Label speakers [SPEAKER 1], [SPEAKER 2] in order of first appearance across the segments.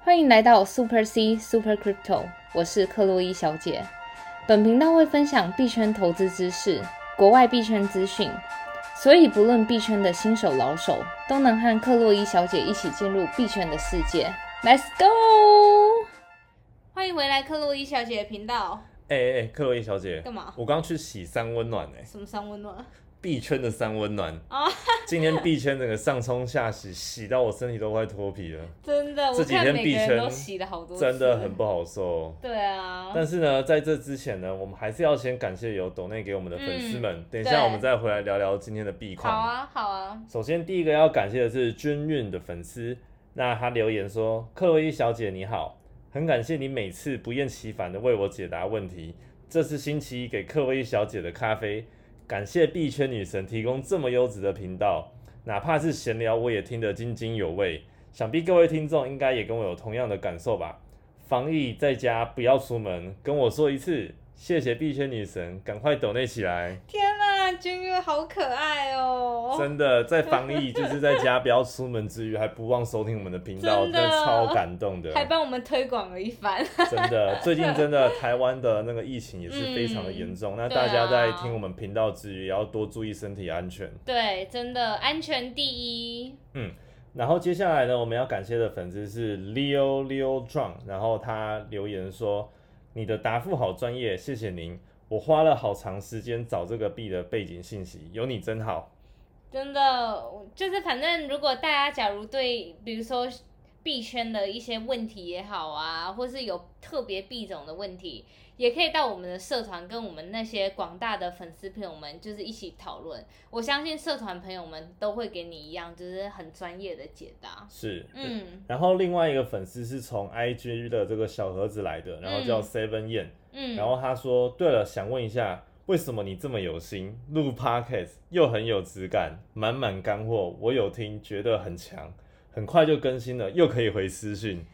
[SPEAKER 1] 欢迎来到 Super C Super Crypto，我是克洛伊小姐。本频道会分享币圈投资知识、国外币圈资讯，所以不论币圈的新手老手，都能和克洛伊小姐一起进入币圈的世界。Let's go！欢迎回来，克洛伊小姐的频道。
[SPEAKER 2] 哎哎哎，克洛伊小姐，
[SPEAKER 1] 干嘛？
[SPEAKER 2] 我刚去洗三温暖哎、
[SPEAKER 1] 什么三温暖？
[SPEAKER 2] 币圈的三温暖
[SPEAKER 1] 啊！
[SPEAKER 2] 今天币圈整个上冲下洗，洗到我身体都快脱皮了，
[SPEAKER 1] 真的，我
[SPEAKER 2] 这几
[SPEAKER 1] 看
[SPEAKER 2] 天
[SPEAKER 1] 每
[SPEAKER 2] 币
[SPEAKER 1] 个人
[SPEAKER 2] 圈
[SPEAKER 1] 都洗了好多次，
[SPEAKER 2] 真的很不好受。
[SPEAKER 1] 对啊，
[SPEAKER 2] 但是呢，在这之前呢，我们还是要先感谢有抖内给我们的粉丝们。等
[SPEAKER 1] 嗯对
[SPEAKER 2] 一下我们再回来聊聊今天的币
[SPEAKER 1] 好
[SPEAKER 2] 况。
[SPEAKER 1] 啊，好啊，
[SPEAKER 2] 首先第一个要感谢的是君韵的粉丝，那他留言说：“克洛伊小姐你好，很感谢你每次不厌其烦的为我解答问题。这是星期一给克洛伊小姐的咖啡，感谢币圈女神提供这么优质的频道，哪怕是闲聊我也听得津津有味。想必各位听众应该也跟我有同样的感受吧？防疫在家不要出门，跟我说一次，谢谢币圈女神，赶快抖内起来。”
[SPEAKER 1] 天哪、君君好可爱哦、
[SPEAKER 2] 真的在防疫，就是在家不要出门之余，还不忘收听我们的频 道，
[SPEAKER 1] 真
[SPEAKER 2] 真
[SPEAKER 1] 的
[SPEAKER 2] 的超感动的。
[SPEAKER 1] 还帮我们推广了一番。
[SPEAKER 2] 真的，最近真的台湾的那个疫情也是非常的严重，那
[SPEAKER 1] 对啊
[SPEAKER 2] 大家在听我们频道之余，也要多注意身体安全。
[SPEAKER 1] 对，真的安全第一。
[SPEAKER 2] 然后接下来呢，我们要感谢的粉丝是 Leo Leo John，然后他留言说：“你的答复好专业，谢谢您。我花了好长时间找这个币的背景信息，有你真好。”
[SPEAKER 1] 真的，就是反正如果大家假如对，比如说币圈的一些问题也好啊，或是有特别币种的问题，也可以到我们的社团跟我们那些广大的粉丝朋友们就是一起讨论。我相信社团朋友们都会给你一样，就是很专业的解答。
[SPEAKER 2] 是，
[SPEAKER 1] 嗯
[SPEAKER 2] 然后另外一个粉丝是从 IG 的这个小盒子来的，然后叫
[SPEAKER 1] 嗯
[SPEAKER 2] Seven Yan，、
[SPEAKER 1] 嗯，
[SPEAKER 2] 然后他说：“对了，想问一下，为什么你这么有心，录 Podcast 又很有质感，满满干货，我有听，觉得很强，很快就更新了，又可以回 私讯。”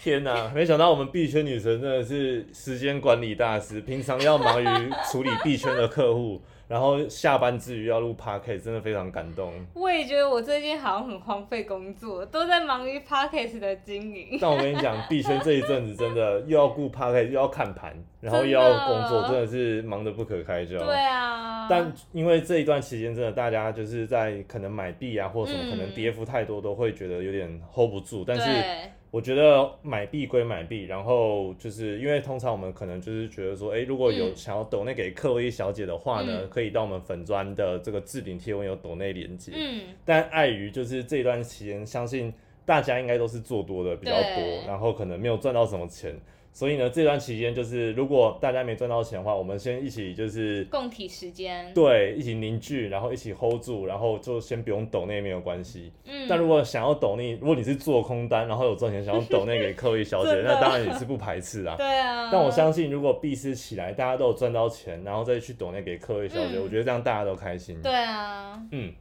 [SPEAKER 2] 天哪，没想到我们币圈女神真的是时间管理大师，平常要忙于处理币圈的客户，然后下班之余要录 Podcast，真的非常感动。
[SPEAKER 1] 我也觉得我最近好像很荒废工作，都在忙于 podcast 的经营。
[SPEAKER 2] 但我跟你讲，币圈这一阵子真的又要顾 p a r k 又要看盘，然后又要工作，
[SPEAKER 1] 真
[SPEAKER 2] 真的是忙得不可开交。
[SPEAKER 1] 对啊，
[SPEAKER 2] 哦但因为这一段期间，真的大家就是在可能买币啊或什么，可能
[SPEAKER 1] 嗯
[SPEAKER 2] 跌幅太多，都会觉得有点 hold 不住。但是
[SPEAKER 1] 对
[SPEAKER 2] 我觉得买币归买币，然后就是因为通常我们可能就是觉得说，哎、如果有
[SPEAKER 1] 嗯
[SPEAKER 2] 想要抖内给克洛伊小姐的话呢，
[SPEAKER 1] 嗯
[SPEAKER 2] 可以到我们粉砖的这个置顶贴文有抖内连接。
[SPEAKER 1] 嗯，
[SPEAKER 2] 但碍于就是这一段期间，相信大家应该都是做多的比较
[SPEAKER 1] 对
[SPEAKER 2] 多，然后可能没有赚到什么钱，所以呢，这段期间就是如果大家没赚到钱的话，我们先一起就是
[SPEAKER 1] 共体时间。
[SPEAKER 2] 对一起凝聚，然后一起 hold 住，然后就先不用抖内没有关系。
[SPEAKER 1] 嗯，
[SPEAKER 2] 但如果想要抖内，如果你是做空单，然后有赚钱想要抖内给克洛伊小姐
[SPEAKER 1] 真，的
[SPEAKER 2] 那当然也是不排斥啊。
[SPEAKER 1] 对啊，
[SPEAKER 2] 但我相信，如果币市起来，大家都有赚到钱，然后再去抖内给克洛伊小姐，
[SPEAKER 1] 嗯
[SPEAKER 2] 我觉得这样大家都开心。
[SPEAKER 1] 对啊，
[SPEAKER 2] 嗯，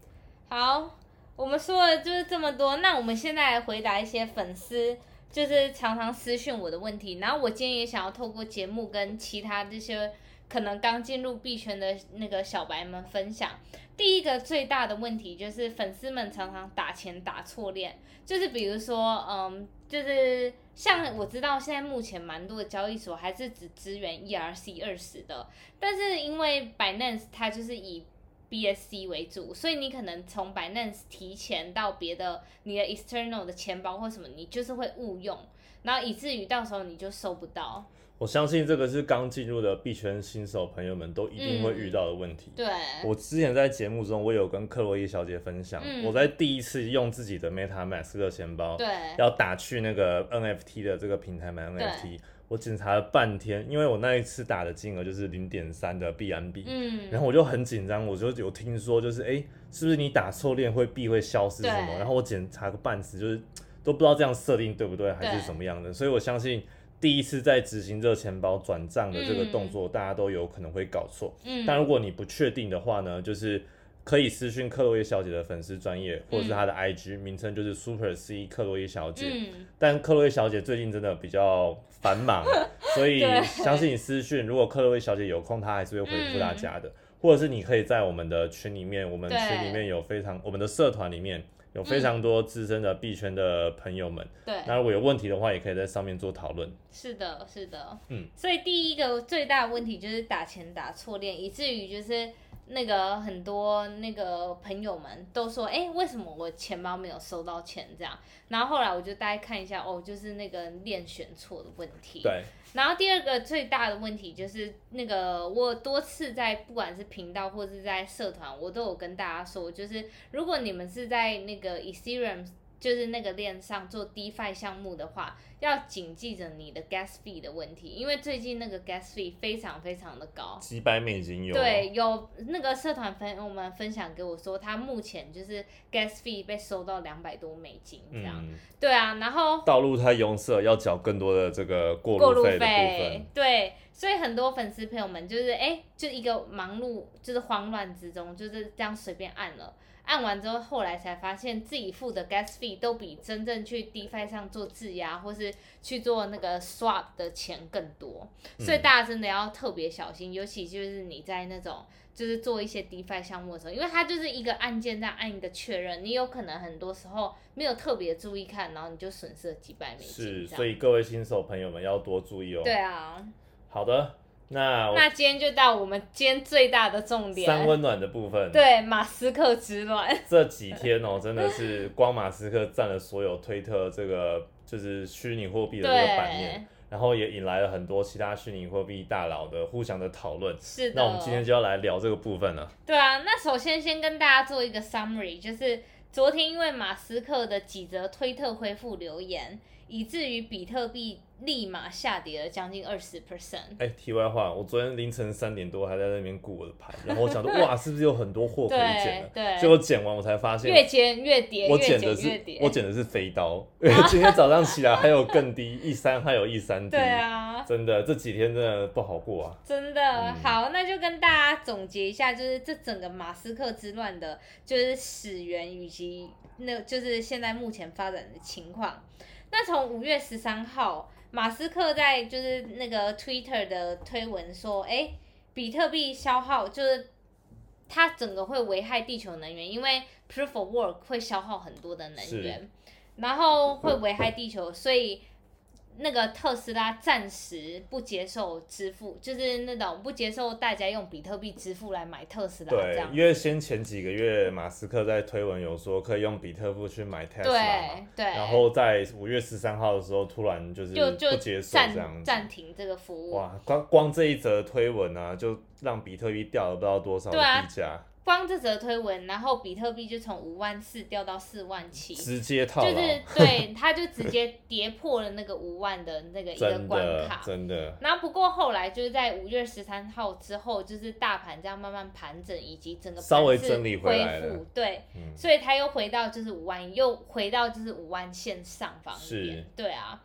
[SPEAKER 1] 好，我们说了就是这么多，那我们现在来回答一些粉丝。就是常常私讯我的问题，然后我今天也想要透过节目跟其他这些可能刚进入币圈的那个小白们分享。第一个最大的问题就是粉丝们常常打钱打错链，就是比如说，嗯，就是像我知道现在目前蛮多的交易所还是只支援 ERC 二十的，但是因为 Binance 它就是以 BSC 为主，所以你可能从 Binance 提前到别的你的 external 的钱包或什么，你就是会误用，然后以至于到时候你就收不到。
[SPEAKER 2] 我相信这个是刚进入的币圈新手朋友们都一定
[SPEAKER 1] 嗯
[SPEAKER 2] 会遇到的问题。
[SPEAKER 1] 对，
[SPEAKER 2] 我之前在节目中，我有跟克洛伊小姐分享，
[SPEAKER 1] 嗯
[SPEAKER 2] 我在第一次用自己的 MetaMask 的钱包，
[SPEAKER 1] 对，
[SPEAKER 2] 要打去那个 NFT 的这个平台买 NFT，我检查了半天，因为我那一次打的金额就是零点三的 BNB，、
[SPEAKER 1] 嗯，
[SPEAKER 2] 然后我就很紧张，我就有听说就是哎、诶是不是你打错链会币会消失什
[SPEAKER 1] 对
[SPEAKER 2] 么？然后我检查个半死，就是都不知道这样设定对不对还
[SPEAKER 1] 对
[SPEAKER 2] 是什么样的，所以我相信。第一次在执行热钱包转账的这个
[SPEAKER 1] 嗯
[SPEAKER 2] 动作，大家都有可能会搞错。
[SPEAKER 1] 嗯，
[SPEAKER 2] 但如果你不确定的话呢，就是可以私讯克洛伊小姐的粉丝专业，或者是她的 IG、名称就是 Super C 克洛伊小姐。
[SPEAKER 1] 嗯，
[SPEAKER 2] 但克洛伊小姐最近真的比较繁 忙，所以
[SPEAKER 1] 对
[SPEAKER 2] 相信你私讯，如果克洛伊小姐有空，她还是会回复大家的。或者是你可以在我们的群里面，我们
[SPEAKER 1] 嗯对嗯
[SPEAKER 2] 群里面有非常我们的社团里面有非常多资深的币圈的朋友们。
[SPEAKER 1] 对，
[SPEAKER 2] 那如果有问题的话，也可以在上面做讨论。
[SPEAKER 1] 是的，是的，
[SPEAKER 2] 嗯，
[SPEAKER 1] 所以第一个最大的问题就是打钱打错链，以至于就是那个很多那个朋友们都说，哎、为什么我钱包没有收到钱这样？然后后来我就大概看一下，哦，就是那个链选错的问题。
[SPEAKER 2] 对，
[SPEAKER 1] 然后第二个最大的问题就是那个，我多次在不管是频道或是在社团，我都有跟大家说，就是如果你们是在那个 Ethereum 就是那个链上做 DeFi 项目的话，要谨记着你的 Gas fee 的问题，因为最近那个 Gas fee 非常非常的高。
[SPEAKER 2] 几百美金有。哦
[SPEAKER 1] 对，有那个社团分我们分享给我说，他目前就是 gas fee 被收到两百多美金这样。
[SPEAKER 2] 嗯，
[SPEAKER 1] 对啊，然后
[SPEAKER 2] 道路太拥塞，要缴更多的这个过
[SPEAKER 1] 过
[SPEAKER 2] 路
[SPEAKER 1] 路
[SPEAKER 2] 费的部分。
[SPEAKER 1] 对，所以很多粉丝朋友们就是哎、诶就一个忙碌，就是慌乱之中，就是这样随便按了，按完之后，后来才发现自己付的 gas fee 都比真正去 DeFi 上做质押或是去做那个 swap 的钱更多，
[SPEAKER 2] 嗯
[SPEAKER 1] 所以大家真的要特别小心，尤其就是你在那种。就是做一些 DeFi 项目的时候，因为它就是一个按键在按一个确认，你有可能很多时候没有特别注意看，然后你就损失了几百美金
[SPEAKER 2] 是，
[SPEAKER 1] 这样。
[SPEAKER 2] 所以各位新手朋友们要多注意哦。
[SPEAKER 1] 对，啊，
[SPEAKER 2] 好的，那我
[SPEAKER 1] 那今天就到我们今天最大的重
[SPEAKER 2] 三
[SPEAKER 1] 点，
[SPEAKER 2] 温暖的部分，
[SPEAKER 1] 对马斯克之乱，
[SPEAKER 2] 这几天 哦，真的是光马斯克占了所有推特这个就是虚拟货币的这个版面，
[SPEAKER 1] 对，
[SPEAKER 2] 然后也引来了很多其他虚拟货币大佬的互相的讨论。
[SPEAKER 1] 是的。
[SPEAKER 2] 那我们今天就要来聊这个部分了。
[SPEAKER 1] 对啊，那首先先跟大家做一个 summary，就是昨天因为马斯克的几则推特回复留言，以至于比特币立马下跌了将近二十 percent。
[SPEAKER 2] 哎，题外话，我昨天凌晨三点多还在那边顾我的牌，然后我 想说，哇，是不是有很多货可以捡
[SPEAKER 1] 对
[SPEAKER 2] 了？
[SPEAKER 1] 对，
[SPEAKER 2] 结果捡完我才发现，
[SPEAKER 1] 越减越跌，
[SPEAKER 2] 我
[SPEAKER 1] 越
[SPEAKER 2] 捡
[SPEAKER 1] 减越
[SPEAKER 2] 的是
[SPEAKER 1] 跌。
[SPEAKER 2] 我捡的是飞刀，因为今天早上起来还有更低，一三还有一三低，
[SPEAKER 1] 对啊，
[SPEAKER 2] 真的这几天真的不好过啊。
[SPEAKER 1] 真的、
[SPEAKER 2] 嗯
[SPEAKER 1] 好，那就跟大家总结一下，就是这整个马斯克之乱的，就是始源以及那就是现在目前发展的情况。那从五月十三号，马斯克在就是那个 Twitter 的推文说，哎、比特币消耗就是它整个会危害地球能源，因为 Proof of Work 会消耗很多的能源，然后会危害地球，所以那个特斯拉暂时不接受支付，就是那种不接受大家用比特币支付来买特斯拉这
[SPEAKER 2] 对
[SPEAKER 1] 样，。
[SPEAKER 2] 因为先前几个月马斯克在推文有说可以用比特币去买 Tesla 嘛，
[SPEAKER 1] 对对，
[SPEAKER 2] 然后在五月十三号的时候突然就是
[SPEAKER 1] 就就
[SPEAKER 2] 不接受这样
[SPEAKER 1] 暂
[SPEAKER 2] 子。
[SPEAKER 1] 暂停这个服务。
[SPEAKER 2] 哇，光光这一则推文啊，就让比特币掉了不知道多少的
[SPEAKER 1] 对啊
[SPEAKER 2] 币价，
[SPEAKER 1] 光这则推文，然后比特币就从五万四掉到四万七，
[SPEAKER 2] 直接套
[SPEAKER 1] 就
[SPEAKER 2] 牢，
[SPEAKER 1] 是对，它就直接跌破了那个五万的那个一个
[SPEAKER 2] 真
[SPEAKER 1] 关
[SPEAKER 2] 的
[SPEAKER 1] 卡。
[SPEAKER 2] 真的，
[SPEAKER 1] 然后不过后来就是在五月十三号之后，就是大盘这样慢慢盘整，以及整个盘
[SPEAKER 2] 稍微
[SPEAKER 1] 势
[SPEAKER 2] 整理回
[SPEAKER 1] 恢
[SPEAKER 2] 来了
[SPEAKER 1] 复，对，
[SPEAKER 2] 嗯
[SPEAKER 1] 所以它又回到就是五万，又回到就是五万线上方一
[SPEAKER 2] 是
[SPEAKER 1] 点，对啊。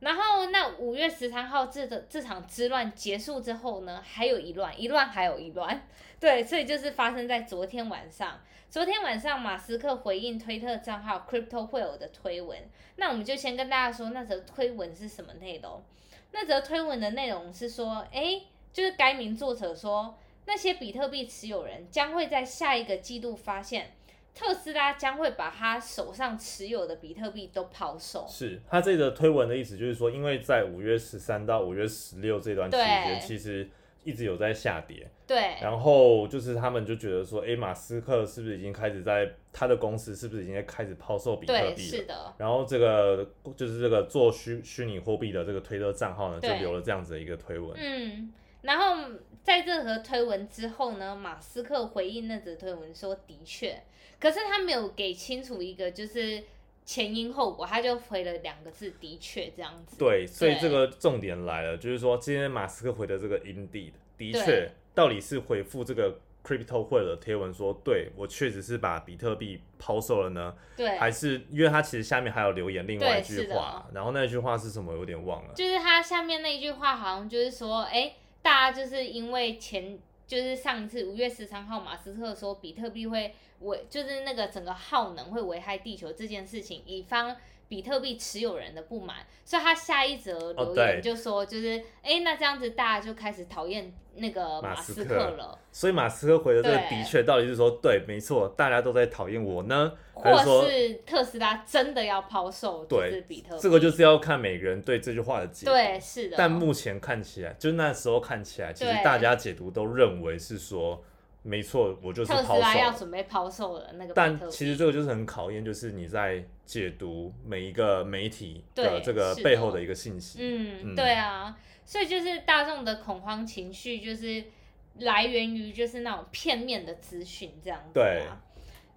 [SPEAKER 1] 然后那五月十三号这个这场之乱结束之后呢，还有一乱，一乱还有一乱， 对，所以就是发生在昨天晚上。昨天晚上，马斯克回应推特账号 Crypto Whale 的推文，那我们就先跟大家说那则推文是什么内容。那则推文的内容是说，诶，就是该名作者说，那些比特币持有人将会在下一个季度发现，特斯拉将会把他手上持有的比特币都抛售。
[SPEAKER 2] 是他这个推文的意思，就是说，因为在五月十三到五月十六这段期间，
[SPEAKER 1] 对
[SPEAKER 2] 其实一直有在下跌，
[SPEAKER 1] 对，
[SPEAKER 2] 然后就是他们就觉得说，诶，马斯克是不是已经开始在他的公司是不是已经在开始抛售比特
[SPEAKER 1] 对，
[SPEAKER 2] 币
[SPEAKER 1] 是
[SPEAKER 2] 了？
[SPEAKER 1] 的，
[SPEAKER 2] 然后这个就是这个做虚虚拟货币的这个推特账号呢，就
[SPEAKER 1] 对
[SPEAKER 2] 留了这样子的一个推文。
[SPEAKER 1] 嗯。然后在这则推文之后呢，马斯克回应那则推文说，的确，可是他没有给清楚一个就是前因后果，他就回了两个字“的确”这样子。
[SPEAKER 2] 对，所以
[SPEAKER 1] 对
[SPEAKER 2] 这个重点来了，就是说今天马斯克回的这个 Indeed 的确
[SPEAKER 1] 对
[SPEAKER 2] 到底是回复这个 Crypto 会的贴文说，对我确实是把比特币抛售了呢，
[SPEAKER 1] 对，
[SPEAKER 2] 还是因为他其实下面还有留言另外一
[SPEAKER 1] 对
[SPEAKER 2] 句
[SPEAKER 1] 是的
[SPEAKER 2] 话，然后那句话是什么？有点忘了。
[SPEAKER 1] 就是他下面那一句话好像就是说，哎、大家就是因为前就是上一次五月十三号马斯克说比特币会危，就是那个整个耗能会危害地球这件事情，以方比特币持有人的不满，所以他下一则留
[SPEAKER 2] 哦对
[SPEAKER 1] 言就说，就是哎、诶那这样子大家就开始讨厌那个
[SPEAKER 2] 马
[SPEAKER 1] 马
[SPEAKER 2] 斯
[SPEAKER 1] 斯
[SPEAKER 2] 克
[SPEAKER 1] 克了，
[SPEAKER 2] 所以马斯克回的这个
[SPEAKER 1] 对
[SPEAKER 2] 的确到底是说对，没错，大家都在讨厌我呢，还是
[SPEAKER 1] 或
[SPEAKER 2] 哦说
[SPEAKER 1] 是特斯拉真的要抛售就
[SPEAKER 2] 对
[SPEAKER 1] 是比特币，
[SPEAKER 2] 这个就是要看每个人对这句话的解
[SPEAKER 1] 嗯
[SPEAKER 2] 读。
[SPEAKER 1] 对是的，
[SPEAKER 2] 但目前看起来，就那时候看起来，其实
[SPEAKER 1] 对
[SPEAKER 2] 大家解读都认为是说，没错，我就是
[SPEAKER 1] 特
[SPEAKER 2] 抛
[SPEAKER 1] 斯拉要
[SPEAKER 2] 售。
[SPEAKER 1] 准备抛售了那个比特
[SPEAKER 2] 但
[SPEAKER 1] 币
[SPEAKER 2] 其实这个就是很考验，就是你在解读每一个媒体的
[SPEAKER 1] 对
[SPEAKER 2] 这个
[SPEAKER 1] 是的
[SPEAKER 2] 背后的一个信息。嗯
[SPEAKER 1] 嗯，对啊，所以就是大众的恐慌情绪，就是来源于就是那种片面的资讯这样子、啊。
[SPEAKER 2] 对。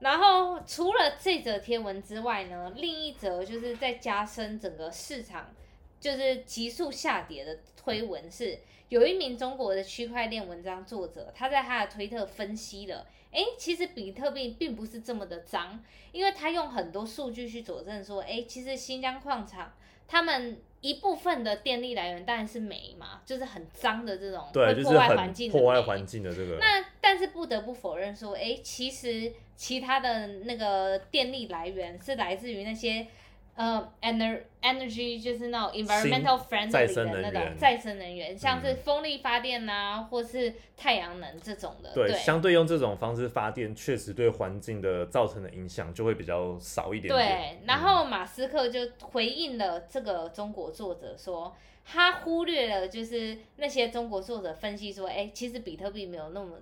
[SPEAKER 1] 然后除了这则贴文之外呢，另一则就是在加深整个市场就是急速下跌的推文是，有一名中国的区块链文章作者，他在他的推特分析了。诶，其实比特币并不是这么的脏，因为他用很多数据去佐证说，诶，其实新疆矿场他们一部分的电力来源当然是煤嘛，就是很脏的这种
[SPEAKER 2] 对，
[SPEAKER 1] 会
[SPEAKER 2] 就
[SPEAKER 1] 嗯
[SPEAKER 2] 是
[SPEAKER 1] 破坏
[SPEAKER 2] 很
[SPEAKER 1] 环境的
[SPEAKER 2] 破坏
[SPEAKER 1] 煤
[SPEAKER 2] 环境的这个。
[SPEAKER 1] 那但是不得不否认说，哎、其实其他的那个电力来源是来自于那些呃 ener energy，就是那种 environmental friendly
[SPEAKER 2] 再生能
[SPEAKER 1] 的那
[SPEAKER 2] 源
[SPEAKER 1] 种再生能源，像是
[SPEAKER 2] 嗯
[SPEAKER 1] 风力发电啊，或是太阳能这种的。
[SPEAKER 2] 对，
[SPEAKER 1] 对
[SPEAKER 2] 相对用这种方式发电，确实对环境的造成的影响就会比较少一点嗯点。
[SPEAKER 1] 对，然后马斯克就回应了这个中国作者说，他忽略了就是那些中国作者分析说，哎、其实比特币没有那么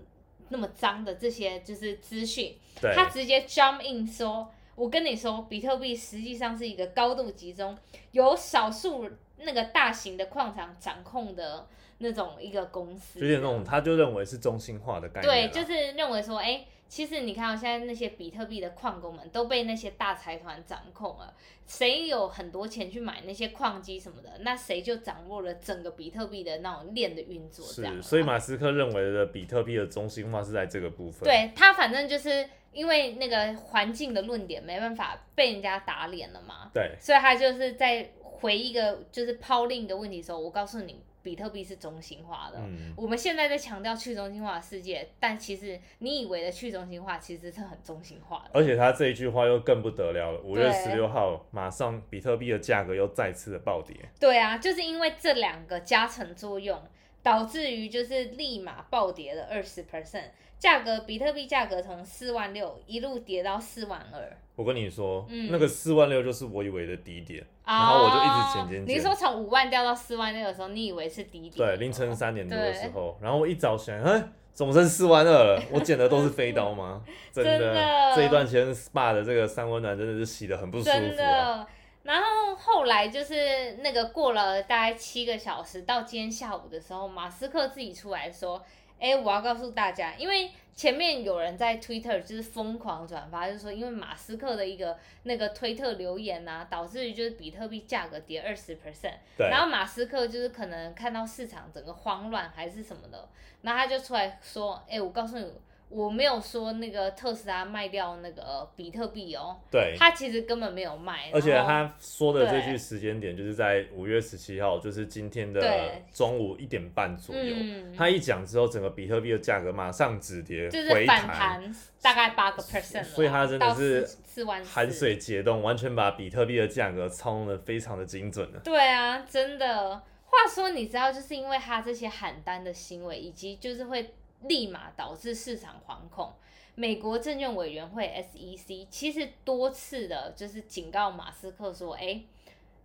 [SPEAKER 1] 那么脏的这些就是资讯。
[SPEAKER 2] 对，
[SPEAKER 1] 他直接 jump in 说：“我跟你说，比特币实际上是一个高度集中、由少数那个大型的矿场掌控的那种一个公司。”
[SPEAKER 2] 有点那种，他就认为是中心化的概念啊
[SPEAKER 1] 对，
[SPEAKER 2] 啦。
[SPEAKER 1] 就是认为说，哎、其实你看哦，现在那些比特币的矿工们都被那些大财团掌控了，谁有很多钱去买那些矿机什么的，那谁就掌握了整个比特币的那种链的运作。这样
[SPEAKER 2] 是，
[SPEAKER 1] 啊
[SPEAKER 2] 所以马斯克认为的比特币的中心化是在这个部分。，
[SPEAKER 1] 对他，反正就是因为那个环境的论点没办法被人家打脸了嘛，
[SPEAKER 2] 对，
[SPEAKER 1] 所以他就是在回一个就是抛另一个问题的时候，我告诉你，比特币是中心化的。
[SPEAKER 2] 嗯，
[SPEAKER 1] 我们现在在强调去中心化的世界，但其实你以为的去中心化其实是很中心化的。
[SPEAKER 2] 而且他这一句话又更不得了了。五月
[SPEAKER 1] 对
[SPEAKER 2] 十六号，马上比特币的价格又再次的暴跌。
[SPEAKER 1] 对啊，就是因为这两个加成作用，导致于就是立马暴跌了二十 percent，价格比特币价格从四万六一路跌到四万二。
[SPEAKER 2] 我跟你说，
[SPEAKER 1] 嗯
[SPEAKER 2] 那个四万六就是我以为的低点，
[SPEAKER 1] 然
[SPEAKER 2] 后我就一直减减减
[SPEAKER 1] 哦你说从五万掉到四万六的时候，你以为是低点？
[SPEAKER 2] 对，凌晨三点多的
[SPEAKER 1] 对
[SPEAKER 2] 时候，然后我一早起来，哎，怎么剩四万二了？我捡的都是飞刀吗？真的，
[SPEAKER 1] 真的
[SPEAKER 2] 这一段时间 SPA 的这个三温暖真的是洗的很不舒
[SPEAKER 1] 真
[SPEAKER 2] 服、啊。
[SPEAKER 1] 的。然后后来就是那个过了大概七个小时，到今天下午的时候，马斯克自己出来说：“哎，我要告诉大家，因为前面有人在 Twitter 就是疯狂转发，就是说因为马斯克的一个那个推特留言呐、导致于就是比特币价格跌二十 percent。
[SPEAKER 2] 对，
[SPEAKER 1] 然后马斯克就是可能看到市场整个慌乱还是什么的，然后他就出来说：“哎、我告诉你，我没有说那个特斯拉卖掉那个比特币哦，
[SPEAKER 2] 对，
[SPEAKER 1] 他其实根本没有卖。”
[SPEAKER 2] 而且
[SPEAKER 1] 然后
[SPEAKER 2] 他说的这句
[SPEAKER 1] 对
[SPEAKER 2] 时间点就是在五月十七号，就是今天的
[SPEAKER 1] 对
[SPEAKER 2] 中午一点半左右。
[SPEAKER 1] 嗯，
[SPEAKER 2] 他一讲之后，整个比特币的价格马上止跌，
[SPEAKER 1] 就是
[SPEAKER 2] 回
[SPEAKER 1] 反，弹大概八个 percent，
[SPEAKER 2] 所以他真的是
[SPEAKER 1] 四万四
[SPEAKER 2] 含水解冻，完全把比特币的价格操弄的非常的精准了。
[SPEAKER 1] 对啊，真的。话说，你知道，就是因为他这些喊单的行为，以及就是会立马导致市场惶恐。美国证券委员会 SEC 其实多次的就是警告马斯克说：“哎、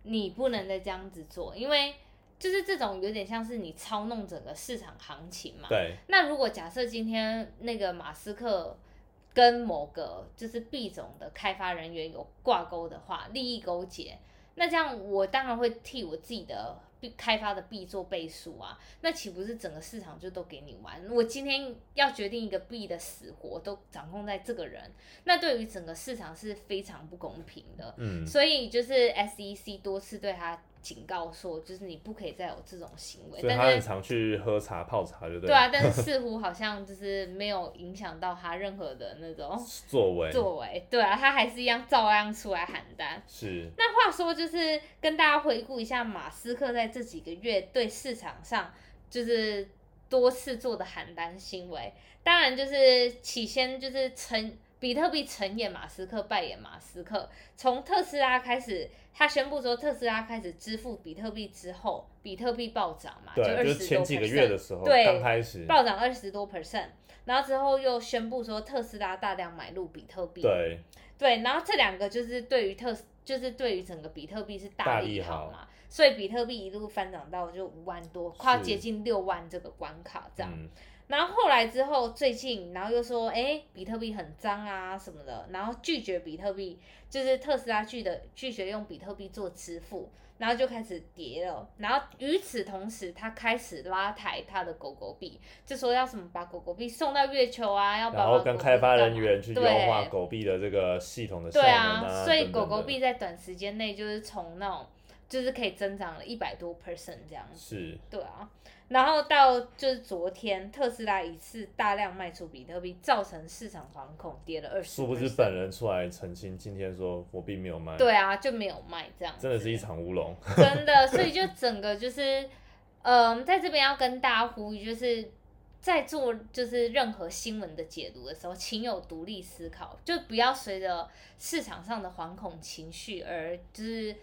[SPEAKER 1] 你不能再这样子做，因为就是这种有点像是你操弄整个市场行情嘛。”
[SPEAKER 2] 对，
[SPEAKER 1] 那如果假设今天那个马斯克跟某个就是币种的开发人员有挂钩的话，利益勾结，那这样我当然会替我自己的币开发的币做背书啊，那岂不是整个市场就都给你玩？我今天要决定一个币的死活都掌控在这个人，那对于整个市场是非常不公平的。
[SPEAKER 2] 嗯，
[SPEAKER 1] 所以就是 SEC 多次对他警告说，就是你不可以再有这种行为。
[SPEAKER 2] 所以
[SPEAKER 1] 但
[SPEAKER 2] 他很
[SPEAKER 1] 是
[SPEAKER 2] 常去喝茶泡茶，对不对？
[SPEAKER 1] 对啊，但是似乎好像就是没有影响到他任何的那种
[SPEAKER 2] 作为
[SPEAKER 1] 作为。对啊，他还是一样照样出来喊单。
[SPEAKER 2] 是
[SPEAKER 1] 那话说，就是跟大家回顾一下马斯克在这几个月对市场上就是多次做的喊单行为。当然，就是起先就是成比特币成也马斯克，败也马斯克。从特斯拉开始，他宣布说特斯拉开始支付比特币之后，比特币暴涨嘛，
[SPEAKER 2] 对，
[SPEAKER 1] 二
[SPEAKER 2] 就
[SPEAKER 1] 十
[SPEAKER 2] 是前几个月的时候
[SPEAKER 1] 对
[SPEAKER 2] 刚开始，
[SPEAKER 1] 暴涨二十多 percent，然后之后又宣布说特斯拉大量买入比特币，
[SPEAKER 2] 对
[SPEAKER 1] 对，然后这两个就是对于特斯，就是对于整个比特币是
[SPEAKER 2] 大
[SPEAKER 1] 大利
[SPEAKER 2] 利
[SPEAKER 1] 好
[SPEAKER 2] 好
[SPEAKER 1] 嘛，所以比特币一路翻涨到就五万多，快要接
[SPEAKER 2] 是
[SPEAKER 1] 近六万这个关卡这样。
[SPEAKER 2] 嗯，
[SPEAKER 1] 然后后来之后，最近然后又说，哎，比特币很脏啊什么的，然后拒绝比特币，就是特斯拉拒的拒绝用比特币做支付，然后就开始跌了。然后与此同时，他开始拉抬他的狗狗币，就说要什么把狗狗币送到月球啊，要把
[SPEAKER 2] 然后
[SPEAKER 1] 狗
[SPEAKER 2] 跟
[SPEAKER 1] 狗
[SPEAKER 2] 开
[SPEAKER 1] 币
[SPEAKER 2] 发
[SPEAKER 1] 干
[SPEAKER 2] 人
[SPEAKER 1] 嘛
[SPEAKER 2] 员去优
[SPEAKER 1] 对
[SPEAKER 2] 化狗币的这个系统的效
[SPEAKER 1] 对
[SPEAKER 2] 能
[SPEAKER 1] 啊，所以
[SPEAKER 2] 等
[SPEAKER 1] 狗
[SPEAKER 2] 等
[SPEAKER 1] 狗
[SPEAKER 2] 的
[SPEAKER 1] 币在短时间内就是从那种就是可以增长了一百多 percent 这样子，
[SPEAKER 2] 是
[SPEAKER 1] 对啊，然后到就是昨天特斯拉一次大量卖出比特币，造成市场惶恐，跌了二十，
[SPEAKER 2] 殊不知本人出来澄清，今天说我并没有卖，
[SPEAKER 1] 对啊就没有卖这样子，
[SPEAKER 2] 真的是一场乌龙。
[SPEAKER 1] 真的，所以就整个就是，嗯、在这边要跟大家呼吁，就是在做就是任何新闻的解读的时候，请有独立思考，就不要随着市场上的惶恐情绪而就是。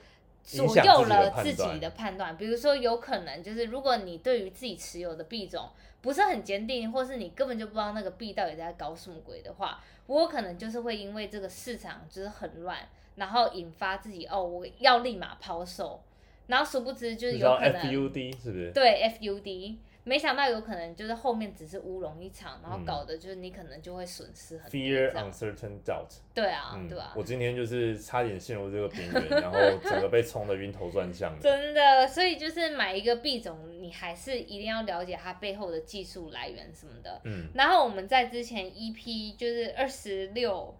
[SPEAKER 1] 左
[SPEAKER 2] 影响
[SPEAKER 1] 右
[SPEAKER 2] 自己的
[SPEAKER 1] 了
[SPEAKER 2] 判
[SPEAKER 1] 自己
[SPEAKER 2] 断
[SPEAKER 1] 的判断，比如说，有可能就是，如果你对于自己持有的币种不是很坚定，或是你根本就不知道那个币到底在搞什么鬼的话，我有可能就是会因为这个市场就是很乱，然后引发自己哦，我要立马抛售，然后殊不知就是
[SPEAKER 2] 你知
[SPEAKER 1] 有
[SPEAKER 2] 道
[SPEAKER 1] 可能
[SPEAKER 2] FUD 是不是？
[SPEAKER 1] 对 FUD，没想到有可能就是后面只是乌龙一场，然后
[SPEAKER 2] 嗯
[SPEAKER 1] 搞得就是你可能就会损失很多这
[SPEAKER 2] Fear,
[SPEAKER 1] 样。
[SPEAKER 2] uncertain, doubt。
[SPEAKER 1] 对啊，
[SPEAKER 2] 嗯
[SPEAKER 1] 对啊，
[SPEAKER 2] 我今天就是差点陷入这个边缘，然后整个被冲得晕头转向的。
[SPEAKER 1] 真的，所以就是买一个币种，你还是一定要了解它背后的技术来源什么的。
[SPEAKER 2] 嗯，
[SPEAKER 1] 然后我们在之前 EP 就是二十六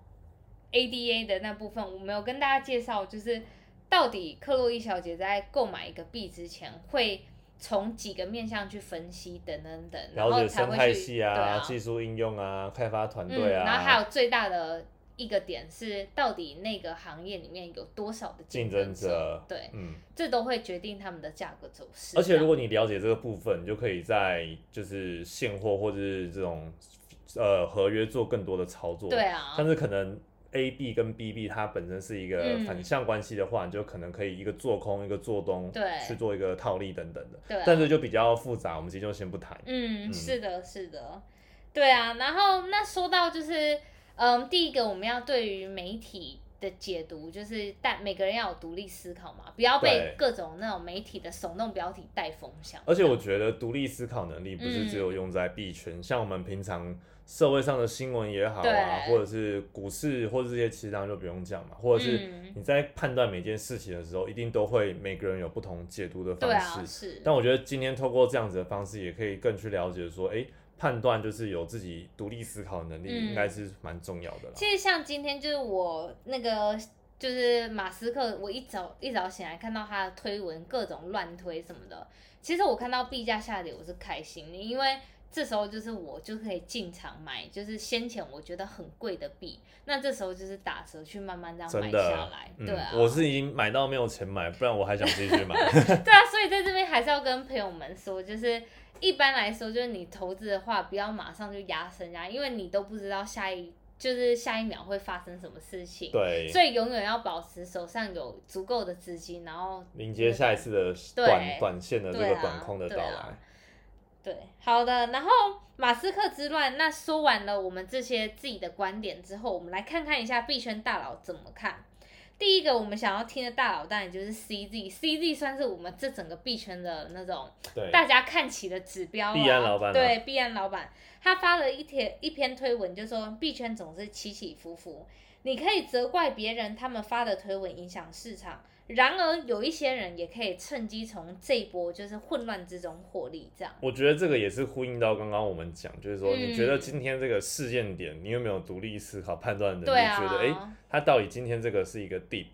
[SPEAKER 1] ADA 的那部分，我们有跟大家介绍，就是到底克洛伊小姐在购买一个币之前会。从几个面向去分析，等等等，然
[SPEAKER 2] 了
[SPEAKER 1] 后
[SPEAKER 2] 解
[SPEAKER 1] 才
[SPEAKER 2] 生
[SPEAKER 1] 会
[SPEAKER 2] 态
[SPEAKER 1] 去
[SPEAKER 2] 系
[SPEAKER 1] 对
[SPEAKER 2] 啊、
[SPEAKER 1] 啊，
[SPEAKER 2] 技术应用啊、开发团
[SPEAKER 1] 嗯，
[SPEAKER 2] 队啊，
[SPEAKER 1] 然后还有最大的一个点是，到底那个行业里面有多少的
[SPEAKER 2] 竞
[SPEAKER 1] 争
[SPEAKER 2] 争者。
[SPEAKER 1] 对，
[SPEAKER 2] 嗯，
[SPEAKER 1] 这都会决定他们的价格走势。
[SPEAKER 2] 而且如
[SPEAKER 1] 果
[SPEAKER 2] 果你了解这个部分，你就可以在就是现货或者是这种呃合约做更多的操作。
[SPEAKER 1] 对啊，
[SPEAKER 2] 像是可能 A B 跟 B B 它本身是一个
[SPEAKER 1] 嗯
[SPEAKER 2] 反向关系的话，你就可能可以一个做空，一个做东，
[SPEAKER 1] 对
[SPEAKER 2] 去做一个套利等等的。
[SPEAKER 1] 对啊
[SPEAKER 2] 但这就比较复杂，我们今天就先不谈。
[SPEAKER 1] 嗯，
[SPEAKER 2] 嗯
[SPEAKER 1] 是的，是的，对啊。然后那说到就是，嗯，第一个我们要对于媒体的解读，就是但每个人要有独立思考嘛，不要被
[SPEAKER 2] 对
[SPEAKER 1] 各种那种媒体的耸动标题带风向。
[SPEAKER 2] 而且我觉得独立思考能力不
[SPEAKER 1] 嗯
[SPEAKER 2] 是只有用在币圈，像我们平常社会上的新闻也好啊，
[SPEAKER 1] 对
[SPEAKER 2] 或者是股市或者这些，其实当然就不用讲嘛。或者是
[SPEAKER 1] 嗯，
[SPEAKER 2] 你在判断每件事情的时候，一定都会每个人有不同解读的方
[SPEAKER 1] 对
[SPEAKER 2] 式
[SPEAKER 1] 啊，。是，
[SPEAKER 2] 但我觉得今天透过这样子的方式，也可以更去了解说，哎、判断就是有自己独立思考的能力，
[SPEAKER 1] 嗯
[SPEAKER 2] 应该是蛮重要的啦。
[SPEAKER 1] 其实像今天就是我那个就是马斯克，我一早一早醒来看到他的推文，各种乱推什么的。其实我看到币价下跌，我是开心的，因为这时候就是我就可以进场买，就是先前我觉得很贵的币，那这时候就是打折去慢慢这样买
[SPEAKER 2] 真
[SPEAKER 1] 下
[SPEAKER 2] 的
[SPEAKER 1] 来，，
[SPEAKER 2] 嗯
[SPEAKER 1] 对啊，
[SPEAKER 2] 我是已经买到没有钱买，不然我还想继续买。
[SPEAKER 1] 对啊，所以在这边还是要跟朋友们说，就是一般来说，就是你投资的话，不要马上就压身家，因为你都不知道下一就是下一秒会发生什么事情。
[SPEAKER 2] 对，
[SPEAKER 1] 所以永远要保持手上有足够的资金，然后
[SPEAKER 2] 迎接下一次的
[SPEAKER 1] 对
[SPEAKER 2] 短短线的这
[SPEAKER 1] 对
[SPEAKER 2] 个
[SPEAKER 1] 啊
[SPEAKER 2] 短空的到
[SPEAKER 1] 对啊
[SPEAKER 2] 来。
[SPEAKER 1] 对，好的。然后马斯克之乱，那说完了我们这些自己的观点之后，我们来看看一下币圈大佬怎么看。第一个我们想要听的大佬，当然就是 CZ，CZ 算是我们这整个币圈的那种
[SPEAKER 2] 对，
[SPEAKER 1] 大家看齐的指标、啊。
[SPEAKER 2] 币安老板啊
[SPEAKER 1] 对币安老板，他发了一帖一篇推文，就说币圈总是起起伏伏，你可以责怪别人他们发的推文影响市场，然而有一些人也可以趁机从这一波就是混乱之中获利，这样。
[SPEAKER 2] 我觉得这个也是呼应到刚刚我们讲，就是说，
[SPEAKER 1] 嗯
[SPEAKER 2] 你觉得今天这个事件点，你有没有独立思考判断的？
[SPEAKER 1] 对
[SPEAKER 2] 你觉得，哎、
[SPEAKER 1] 啊，
[SPEAKER 2] 它到底今天这个是一个 deep，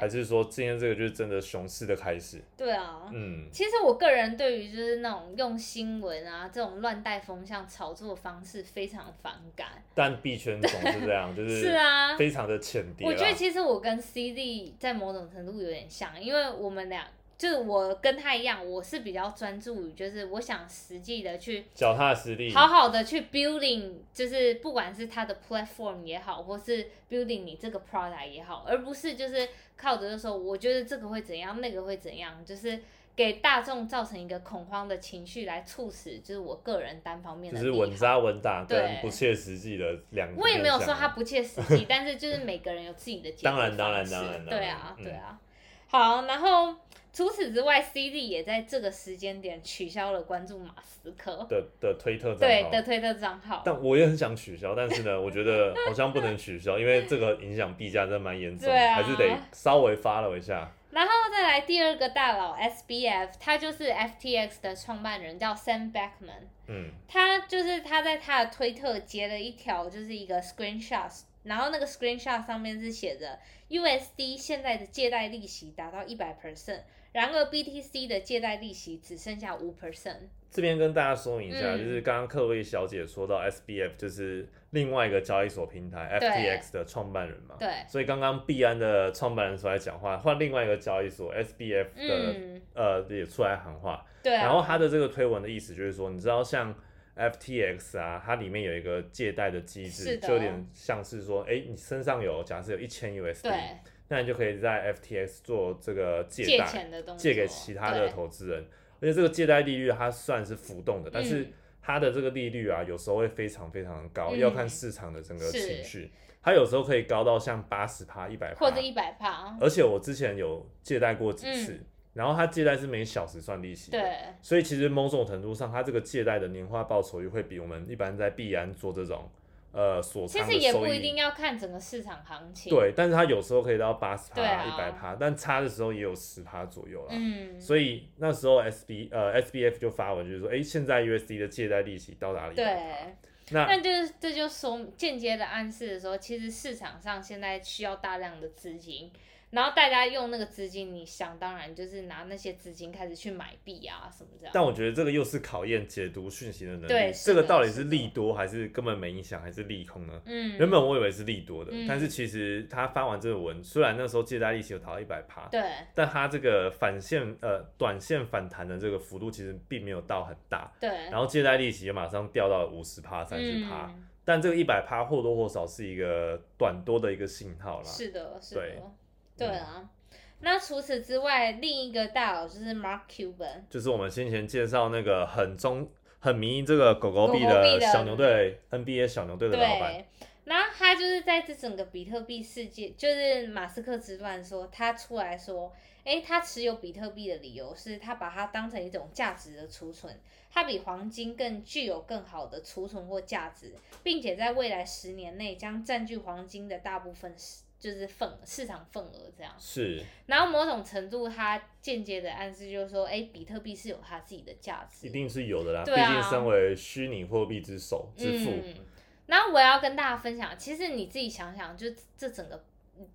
[SPEAKER 2] 还
[SPEAKER 1] 对
[SPEAKER 2] 是说今天这个就是真的熊市的开始？
[SPEAKER 1] 对啊。
[SPEAKER 2] 嗯，
[SPEAKER 1] 其实我个人对于就是那种用新闻啊这种乱带风向炒作方式非常反感。
[SPEAKER 2] 但币圈总是这样，就是
[SPEAKER 1] 是啊，
[SPEAKER 2] 非常的浅碟啦。
[SPEAKER 1] 我觉得其实我跟 CD 在某种程度有点像，因为我们俩就是我跟他一样，我是比较专注于，就是我想实际的去
[SPEAKER 2] 脚踏实地，
[SPEAKER 1] 好好的去 building，就是不管是它的 platform 也好，或是 building 你这个 product 也好，而不是就是靠着就说我觉得这个会怎样，那个会怎样，就是给大众造成一个恐慌的情绪来促使，就是我个人单方面
[SPEAKER 2] 就
[SPEAKER 1] 的
[SPEAKER 2] 是
[SPEAKER 1] 利
[SPEAKER 2] 稳
[SPEAKER 1] 好
[SPEAKER 2] 扎稳打跟
[SPEAKER 1] 对
[SPEAKER 2] 不切实际的两个面向。啊
[SPEAKER 1] 我也没有说它不切实 际，但是就是每个人有自己的解读
[SPEAKER 2] 当然当然
[SPEAKER 1] 方式
[SPEAKER 2] 当然当然
[SPEAKER 1] 对啊，
[SPEAKER 2] 嗯
[SPEAKER 1] 对啊。好，然后除此之外，CD 也在这个时间点取消了关注马斯克
[SPEAKER 2] 的的推特账
[SPEAKER 1] 对
[SPEAKER 2] 号
[SPEAKER 1] 的推特账号。
[SPEAKER 2] 但我也很想取消，但是呢，我觉得好像不能取消，因为这个影响币价真的蛮严重的，
[SPEAKER 1] 对啊
[SPEAKER 2] 还是得稍微发了一下。
[SPEAKER 1] 然后再来第二个大佬 SBF，他就是 FTX 的创办人，叫 Sam Backman。
[SPEAKER 2] 嗯，
[SPEAKER 1] 他就是他在他的推特截了一条，就是一个 screenshot，然后那个 screenshot 上面是写着 USD 现在的借贷利息达到一百 percent，然而 BTC 的借贷利息只剩下五 percent。
[SPEAKER 2] 这边跟大家说明一下，
[SPEAKER 1] 嗯
[SPEAKER 2] 就是刚刚克薇小姐说到 SBF 就是另外一个交易所平台
[SPEAKER 1] 对
[SPEAKER 2] FTX 的创办人嘛，
[SPEAKER 1] 对，
[SPEAKER 2] 所以刚刚币安的创办人出来讲话，换另外一个交易所 SBF 的、
[SPEAKER 1] 嗯，
[SPEAKER 2] 呃也出来喊话，
[SPEAKER 1] 对
[SPEAKER 2] 然
[SPEAKER 1] 啊，
[SPEAKER 2] 后他的这个推文的意思就是说，你知道像 FTX 啊，它里面有一个借贷的机制，
[SPEAKER 1] 是的
[SPEAKER 2] 就有点像是说，哎，你身上有假设有一千 USD，
[SPEAKER 1] 对，
[SPEAKER 2] 那你就可以在 FTX 做这个借
[SPEAKER 1] 借
[SPEAKER 2] 贷，
[SPEAKER 1] 钱的东西，
[SPEAKER 2] 借给其他的
[SPEAKER 1] 对
[SPEAKER 2] 投资人，而且这个借贷利率它算是浮动的，但是
[SPEAKER 1] 嗯
[SPEAKER 2] 它的这个利率啊，有时候会非常非常高，
[SPEAKER 1] 嗯
[SPEAKER 2] 要看市场的整个
[SPEAKER 1] 是
[SPEAKER 2] 情绪，它有时候可以高到像八十趴、一百趴
[SPEAKER 1] 或者一百帕，
[SPEAKER 2] 而且我之前有借贷过几次，然后它借贷是每小时算利息的。
[SPEAKER 1] 对，
[SPEAKER 2] 所以其实某种程度上，它这个借贷的年化报酬率会比我们一般在币安做这种呃锁
[SPEAKER 1] 其
[SPEAKER 2] 仓
[SPEAKER 1] 实
[SPEAKER 2] 的
[SPEAKER 1] 也
[SPEAKER 2] 收
[SPEAKER 1] 不一定
[SPEAKER 2] 益，
[SPEAKER 1] 要看整个市场行情，，
[SPEAKER 2] 对，但是它有时候可以到八十趴、
[SPEAKER 1] 对啊
[SPEAKER 2] 一百趴，但差的时候也有十趴左右啦。
[SPEAKER 1] 嗯，
[SPEAKER 2] 所以那时候 S B 呃 S B F 就发文就是说，哎、现在 U S D 的借贷利息到达了100%
[SPEAKER 1] 对。
[SPEAKER 2] 那
[SPEAKER 1] 那就是这就说间接的暗示说，其实市场上现在需要大量的资金，然后大家用那个资金，你想当然就是拿那些资金开始去买币啊什么这样。
[SPEAKER 2] 但我觉得这个又是考验解读讯息的能
[SPEAKER 1] 对
[SPEAKER 2] 力，
[SPEAKER 1] 是
[SPEAKER 2] 这个
[SPEAKER 1] 的
[SPEAKER 2] 到底
[SPEAKER 1] 是
[SPEAKER 2] 是
[SPEAKER 1] 的
[SPEAKER 2] 利多还是根本没影响，还是利空呢？
[SPEAKER 1] 嗯，
[SPEAKER 2] 原本我以为是利多的，
[SPEAKER 1] 嗯
[SPEAKER 2] 但是其实他发完这个文，虽然那时候借贷利息有达到一百趴，
[SPEAKER 1] 对
[SPEAKER 2] 但它这个反线呃短线反弹的这个幅度其实并没有到很大，
[SPEAKER 1] 对，
[SPEAKER 2] 然后借贷利息也马上掉到五十趴、三十趴，
[SPEAKER 1] 嗯
[SPEAKER 2] 但这个一百趴或多或少是一个短多的一个信号
[SPEAKER 1] 嗯，
[SPEAKER 2] 啦。
[SPEAKER 1] 是的，是
[SPEAKER 2] 对
[SPEAKER 1] 的，对啊。那除此之外，另一个大佬就是 Mark Cuban，
[SPEAKER 2] 就是我们先前介绍那个很中很迷这个狗狗币
[SPEAKER 1] 狗狗币
[SPEAKER 2] 的
[SPEAKER 1] 的
[SPEAKER 2] 小牛队 NBA 小牛队的老板，
[SPEAKER 1] 对。然后他就是在这整个比特币世界，就是马斯克之乱说，他出来说，诶，他持有比特币的理由是他把它当成一种价值的储存，它比黄金更具有更好的储存或价值，并且在未来十年内将占据黄金的大部分市，就是份市场份额这样。
[SPEAKER 2] 是
[SPEAKER 1] 然后某种程度，他间接的暗示就是说，诶，比特币是有它自己的价值
[SPEAKER 2] 一
[SPEAKER 1] 的，
[SPEAKER 2] 定是有的啦，毕
[SPEAKER 1] 对啊
[SPEAKER 2] 竟身为虚拟货币之首之父，
[SPEAKER 1] 嗯。然后我要跟大家分享，其实你自己想想，就这整个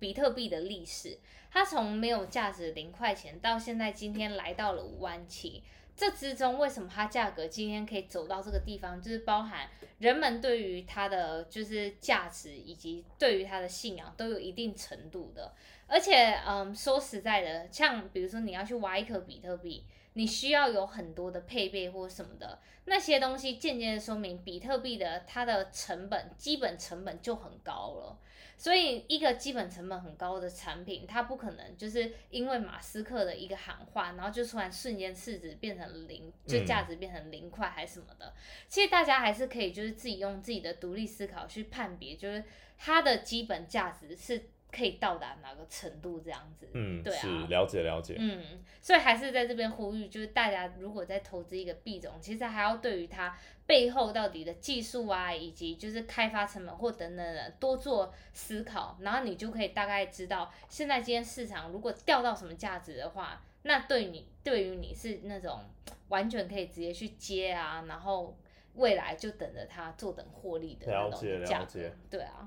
[SPEAKER 1] 比特币的历史，它从没有价值零块钱到现在今天来到了五万七，这之中为什么它价格今天可以走到这个地方，就是包含人们对于它的就是价值以及对于它的信仰都有一定程度的。而且，嗯，说实在的，像比如说你要去挖一颗比特币，你需要有很多的配备或什么的，那些东西间接的说明，比特币的它的成本基本成本就很高了，所以一个基本成本很高的产品，它不可能就是因为马斯克的一个喊话，然后就突然瞬间市值变成零，就价值变成零块还是什么的。其实大家还是可以就是自己用自己的独立思考去判别，就是它的基本价值是可以到达哪个程度这样子。
[SPEAKER 2] 嗯，
[SPEAKER 1] 对啊
[SPEAKER 2] 是了解了解，
[SPEAKER 1] 嗯，所以还是在这边呼吁，就是大家如果在投资一个币种，其实还要对于它背后到底的技术啊，以及就是开发成本或等等等多做思考，然后你就可以大概知道，现在今天市场如果掉到什么价值的话，那对你对于你是那种完全可以直接去接啊，然后未来就等着它坐等获利的那
[SPEAKER 2] 了解
[SPEAKER 1] 种
[SPEAKER 2] 了
[SPEAKER 1] 价格
[SPEAKER 2] 解，
[SPEAKER 1] 对啊，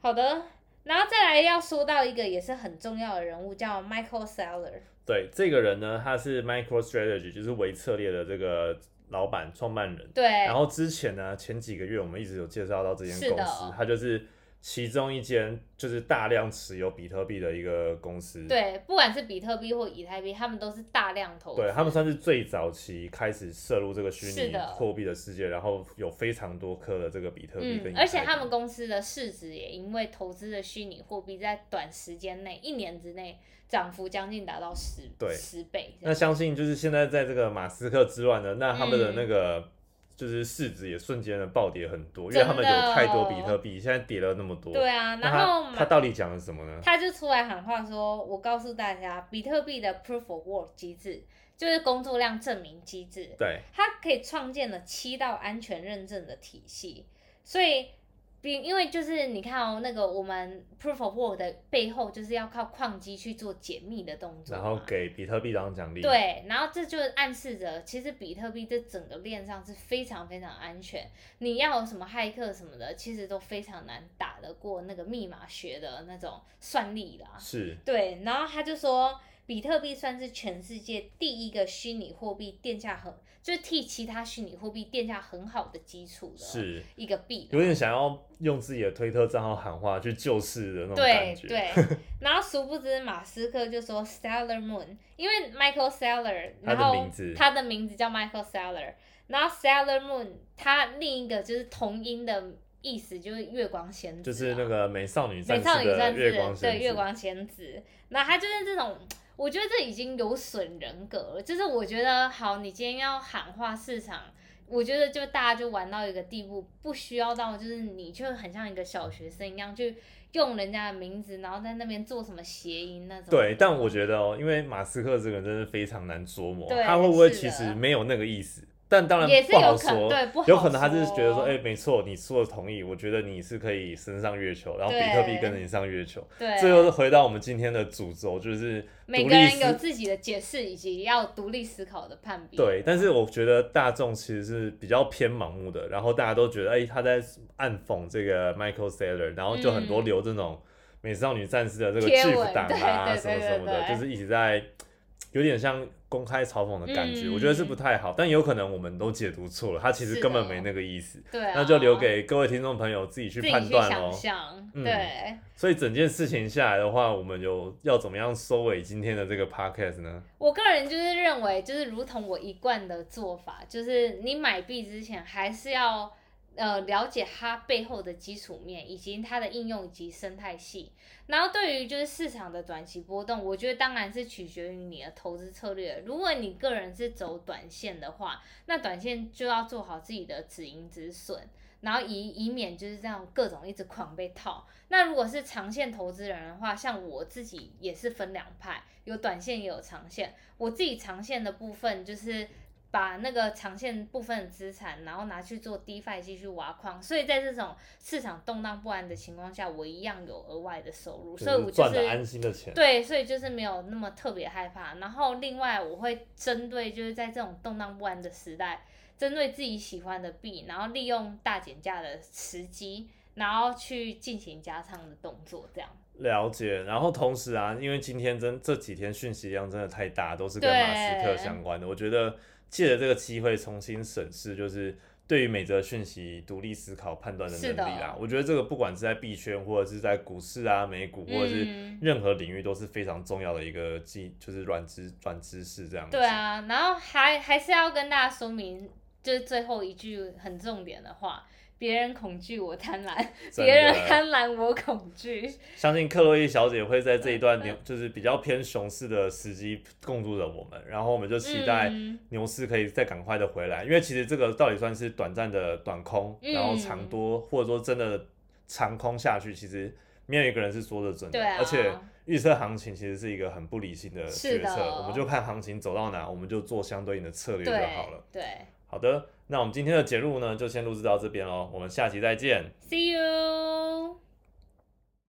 [SPEAKER 1] 好的。然后再来要说到一个也是很重要的人物，叫 Michael Saylor。
[SPEAKER 2] 对，这个人呢，他是 MicroStrategy，就是微策略的这个老板创办人。
[SPEAKER 1] 对，
[SPEAKER 2] 然后之前呢，前几个月我们一直有介绍到这间
[SPEAKER 1] 是
[SPEAKER 2] 公
[SPEAKER 1] 的
[SPEAKER 2] 司，它就是其中一间就是大量持有比特币的一个公司，
[SPEAKER 1] 对，不管是比特币或以太币，他们都是大量投资。
[SPEAKER 2] 对他们算是最早期开始涉入这个虚
[SPEAKER 1] 哦是
[SPEAKER 2] 拟
[SPEAKER 1] 的
[SPEAKER 2] 货币的世界，然后有非常多颗的这个比特币跟以太
[SPEAKER 1] 嗯，
[SPEAKER 2] 币、
[SPEAKER 1] 而且他们公司的市值也因为投资的虚拟货币，在短时间内，一年之内涨幅将近达到十
[SPEAKER 2] 对
[SPEAKER 1] 十倍这
[SPEAKER 2] 那
[SPEAKER 1] 样。
[SPEAKER 2] 相信就是现在在这个马斯克之乱呢，那他们的
[SPEAKER 1] 嗯
[SPEAKER 2] 那个、就是市值也瞬间的暴跌很多，因
[SPEAKER 1] 真的哦
[SPEAKER 2] 为他们有太多比特币，现在跌了那么多。
[SPEAKER 1] 对啊，
[SPEAKER 2] 那
[SPEAKER 1] 然后
[SPEAKER 2] 他他
[SPEAKER 1] 马
[SPEAKER 2] 到底讲了什么呢？
[SPEAKER 1] 他就出来喊话说：“我告诉大家，比特币的 Proof of Work 机制就是工作量证明机制，
[SPEAKER 2] 对，
[SPEAKER 1] 它可以创建了七道安全认证的体系，所以。”比因为就是你看哦，那个我们 proof of work 的背后就是要靠矿机去做解密的动作嘛，
[SPEAKER 2] 然后给比特币当奖励。
[SPEAKER 1] 对，啊然后这就暗示着，其实比特币这整个链上是非常非常安全，你要有什么骇客什么的，其实都非常难打得过那个密码学的那种算力啦。
[SPEAKER 2] 是
[SPEAKER 1] 对，然后他就说，比特币算是全世界第一个虚拟货币殿下很，就是替其他虚拟货币殿下很好的基础的
[SPEAKER 2] 是，
[SPEAKER 1] 一个币啦。
[SPEAKER 2] 有点想要用自己的推特账号喊话去救市的那种
[SPEAKER 1] 对
[SPEAKER 2] 感觉。
[SPEAKER 1] 对， 然后殊不知马斯克就说 Stellar Moon，因为 Michael Saylor，
[SPEAKER 2] 他的
[SPEAKER 1] 然后
[SPEAKER 2] 名字
[SPEAKER 1] 他的名字叫 Michael Saylor，然后 Sailor Moon 他另一个就是同音的意思就是月光仙子啊，
[SPEAKER 2] 就是那个美少女战
[SPEAKER 1] 美少
[SPEAKER 2] 士
[SPEAKER 1] 女战
[SPEAKER 2] 的
[SPEAKER 1] 士
[SPEAKER 2] 月光仙
[SPEAKER 1] 对
[SPEAKER 2] 子
[SPEAKER 1] 月光仙子，那他就是这种。我觉得这已经有损人格了，就是我觉得好，你今天要喊话市场，我觉得就大家就玩到一个地步，不需要到就是你就很像一个小学生一样去用人家的名字，然后在那边做什么谐音那种。
[SPEAKER 2] 对，但我觉得哦，因为马斯克这个人真的非常难琢磨
[SPEAKER 1] 对，
[SPEAKER 2] 他会不会
[SPEAKER 1] 是
[SPEAKER 2] 其
[SPEAKER 1] 的
[SPEAKER 2] 实没有那个意思？但当然
[SPEAKER 1] 也是
[SPEAKER 2] 不好
[SPEAKER 1] 有可能
[SPEAKER 2] 说，
[SPEAKER 1] 对不好
[SPEAKER 2] 有可能他就是觉得
[SPEAKER 1] 说
[SPEAKER 2] 说，哎、没错，你说的同意，我觉得你是可以升上月球，然后比
[SPEAKER 1] 对
[SPEAKER 2] 特币跟着你上月球。
[SPEAKER 1] 对，
[SPEAKER 2] 这又是回到我们今天的主轴，就是
[SPEAKER 1] 每
[SPEAKER 2] 独
[SPEAKER 1] 个
[SPEAKER 2] 立
[SPEAKER 1] 人有
[SPEAKER 2] 思。
[SPEAKER 1] 自己的解释以及要独立思考的判别。
[SPEAKER 2] 对，但是我觉得大众其实是比较偏盲目的，然后大家都觉得，哎、他在暗讽这个 Michael Saylor，然后就很多
[SPEAKER 1] 嗯
[SPEAKER 2] 留这种美少女战士的这个
[SPEAKER 1] 贴
[SPEAKER 2] GIF
[SPEAKER 1] 文
[SPEAKER 2] 档
[SPEAKER 1] 对
[SPEAKER 2] 啊，
[SPEAKER 1] 对
[SPEAKER 2] 什么
[SPEAKER 1] 对
[SPEAKER 2] 什么的，
[SPEAKER 1] 对
[SPEAKER 2] 就是一直在有点像公开嘲讽的感觉，我觉得是
[SPEAKER 1] 嗯
[SPEAKER 2] 不太好，但有可能我们都解读错了，他其实
[SPEAKER 1] 是
[SPEAKER 2] 根本
[SPEAKER 1] 的
[SPEAKER 2] 没那个意思，
[SPEAKER 1] 对啊，
[SPEAKER 2] 那就留给各位听众朋友自己去
[SPEAKER 1] 自己
[SPEAKER 2] 判
[SPEAKER 1] 去
[SPEAKER 2] 断
[SPEAKER 1] 想
[SPEAKER 2] 喽。
[SPEAKER 1] 象。
[SPEAKER 2] 嗯
[SPEAKER 1] 对，
[SPEAKER 2] 所以整件事情下来的话，我们有要怎么样收尾今天的这个 podcast 呢？
[SPEAKER 1] 我个人就是认为，就是如同我一贯的做法，就是你买币之前还是要呃了解它背后的基础面，以及它的应用以及生态系。然后对于就是市场的短期波动，我觉得当然是取决于你的投资策略。如果你个人是走短线的话，那短线就要做好自己的止盈止损。然后以以免就是这样各种一直狂被套。那如果是长线投资人的话，像我自己也是分两派，有短线也有长线。我自己长线的部分就是把那个长线部分的资产，然后拿去做 DeFi 继续挖矿，所以在这种市场动荡不安的情况下，我一样有额外的收入，所以我就
[SPEAKER 2] 是赚
[SPEAKER 1] 是
[SPEAKER 2] 的安心的钱。
[SPEAKER 1] 对，所以就是没有那么特别害怕。然后另外我会针对就是在这种动荡不安的时代，针对自己喜欢的币，然后利用大减价的时机，然后去进行加仓的动作，这样。
[SPEAKER 2] 了解，然后同时啊，因为今天真这几天讯息量真的太大，都是跟
[SPEAKER 1] 对
[SPEAKER 2] 马斯克相关的。我觉得借着这个机会重新审视，就是对于每则讯息独立思考判断的能
[SPEAKER 1] 是的
[SPEAKER 2] 力啦。我觉得这个不管是在币圈，或者是在股市啊、美股，或者是
[SPEAKER 1] 嗯
[SPEAKER 2] 任何领域，都是非常重要的一个技，就是软知软知识这样子。
[SPEAKER 1] 对啊，然后还还是要跟大家说明，就是最后一句很重点的话：别人恐惧我贪 婪，
[SPEAKER 2] 真的，
[SPEAKER 1] 别人贪婪我恐惧。
[SPEAKER 2] 相信克洛伊小姐会在这一 段牛，就是比较偏熊市的时机共度着我们，然后我们就期待、
[SPEAKER 1] 嗯
[SPEAKER 2] 牛市可以再赶快的回来，因为其实这个到底算是短暂的短空，
[SPEAKER 1] 嗯
[SPEAKER 2] 然后长多，或者说真的长空下去，其实没有一个人是说的准的，
[SPEAKER 1] 对啊
[SPEAKER 2] 而且预测行情其实是一个很不理性的决
[SPEAKER 1] 是的
[SPEAKER 2] 策，我们就看行情走到哪，我们就做相对应的策略就
[SPEAKER 1] 对
[SPEAKER 2] 好了。
[SPEAKER 1] 对啊
[SPEAKER 2] 好的，那我们今天的节目呢，就先录制到这边喽，我们下期再见。
[SPEAKER 1] ，See you。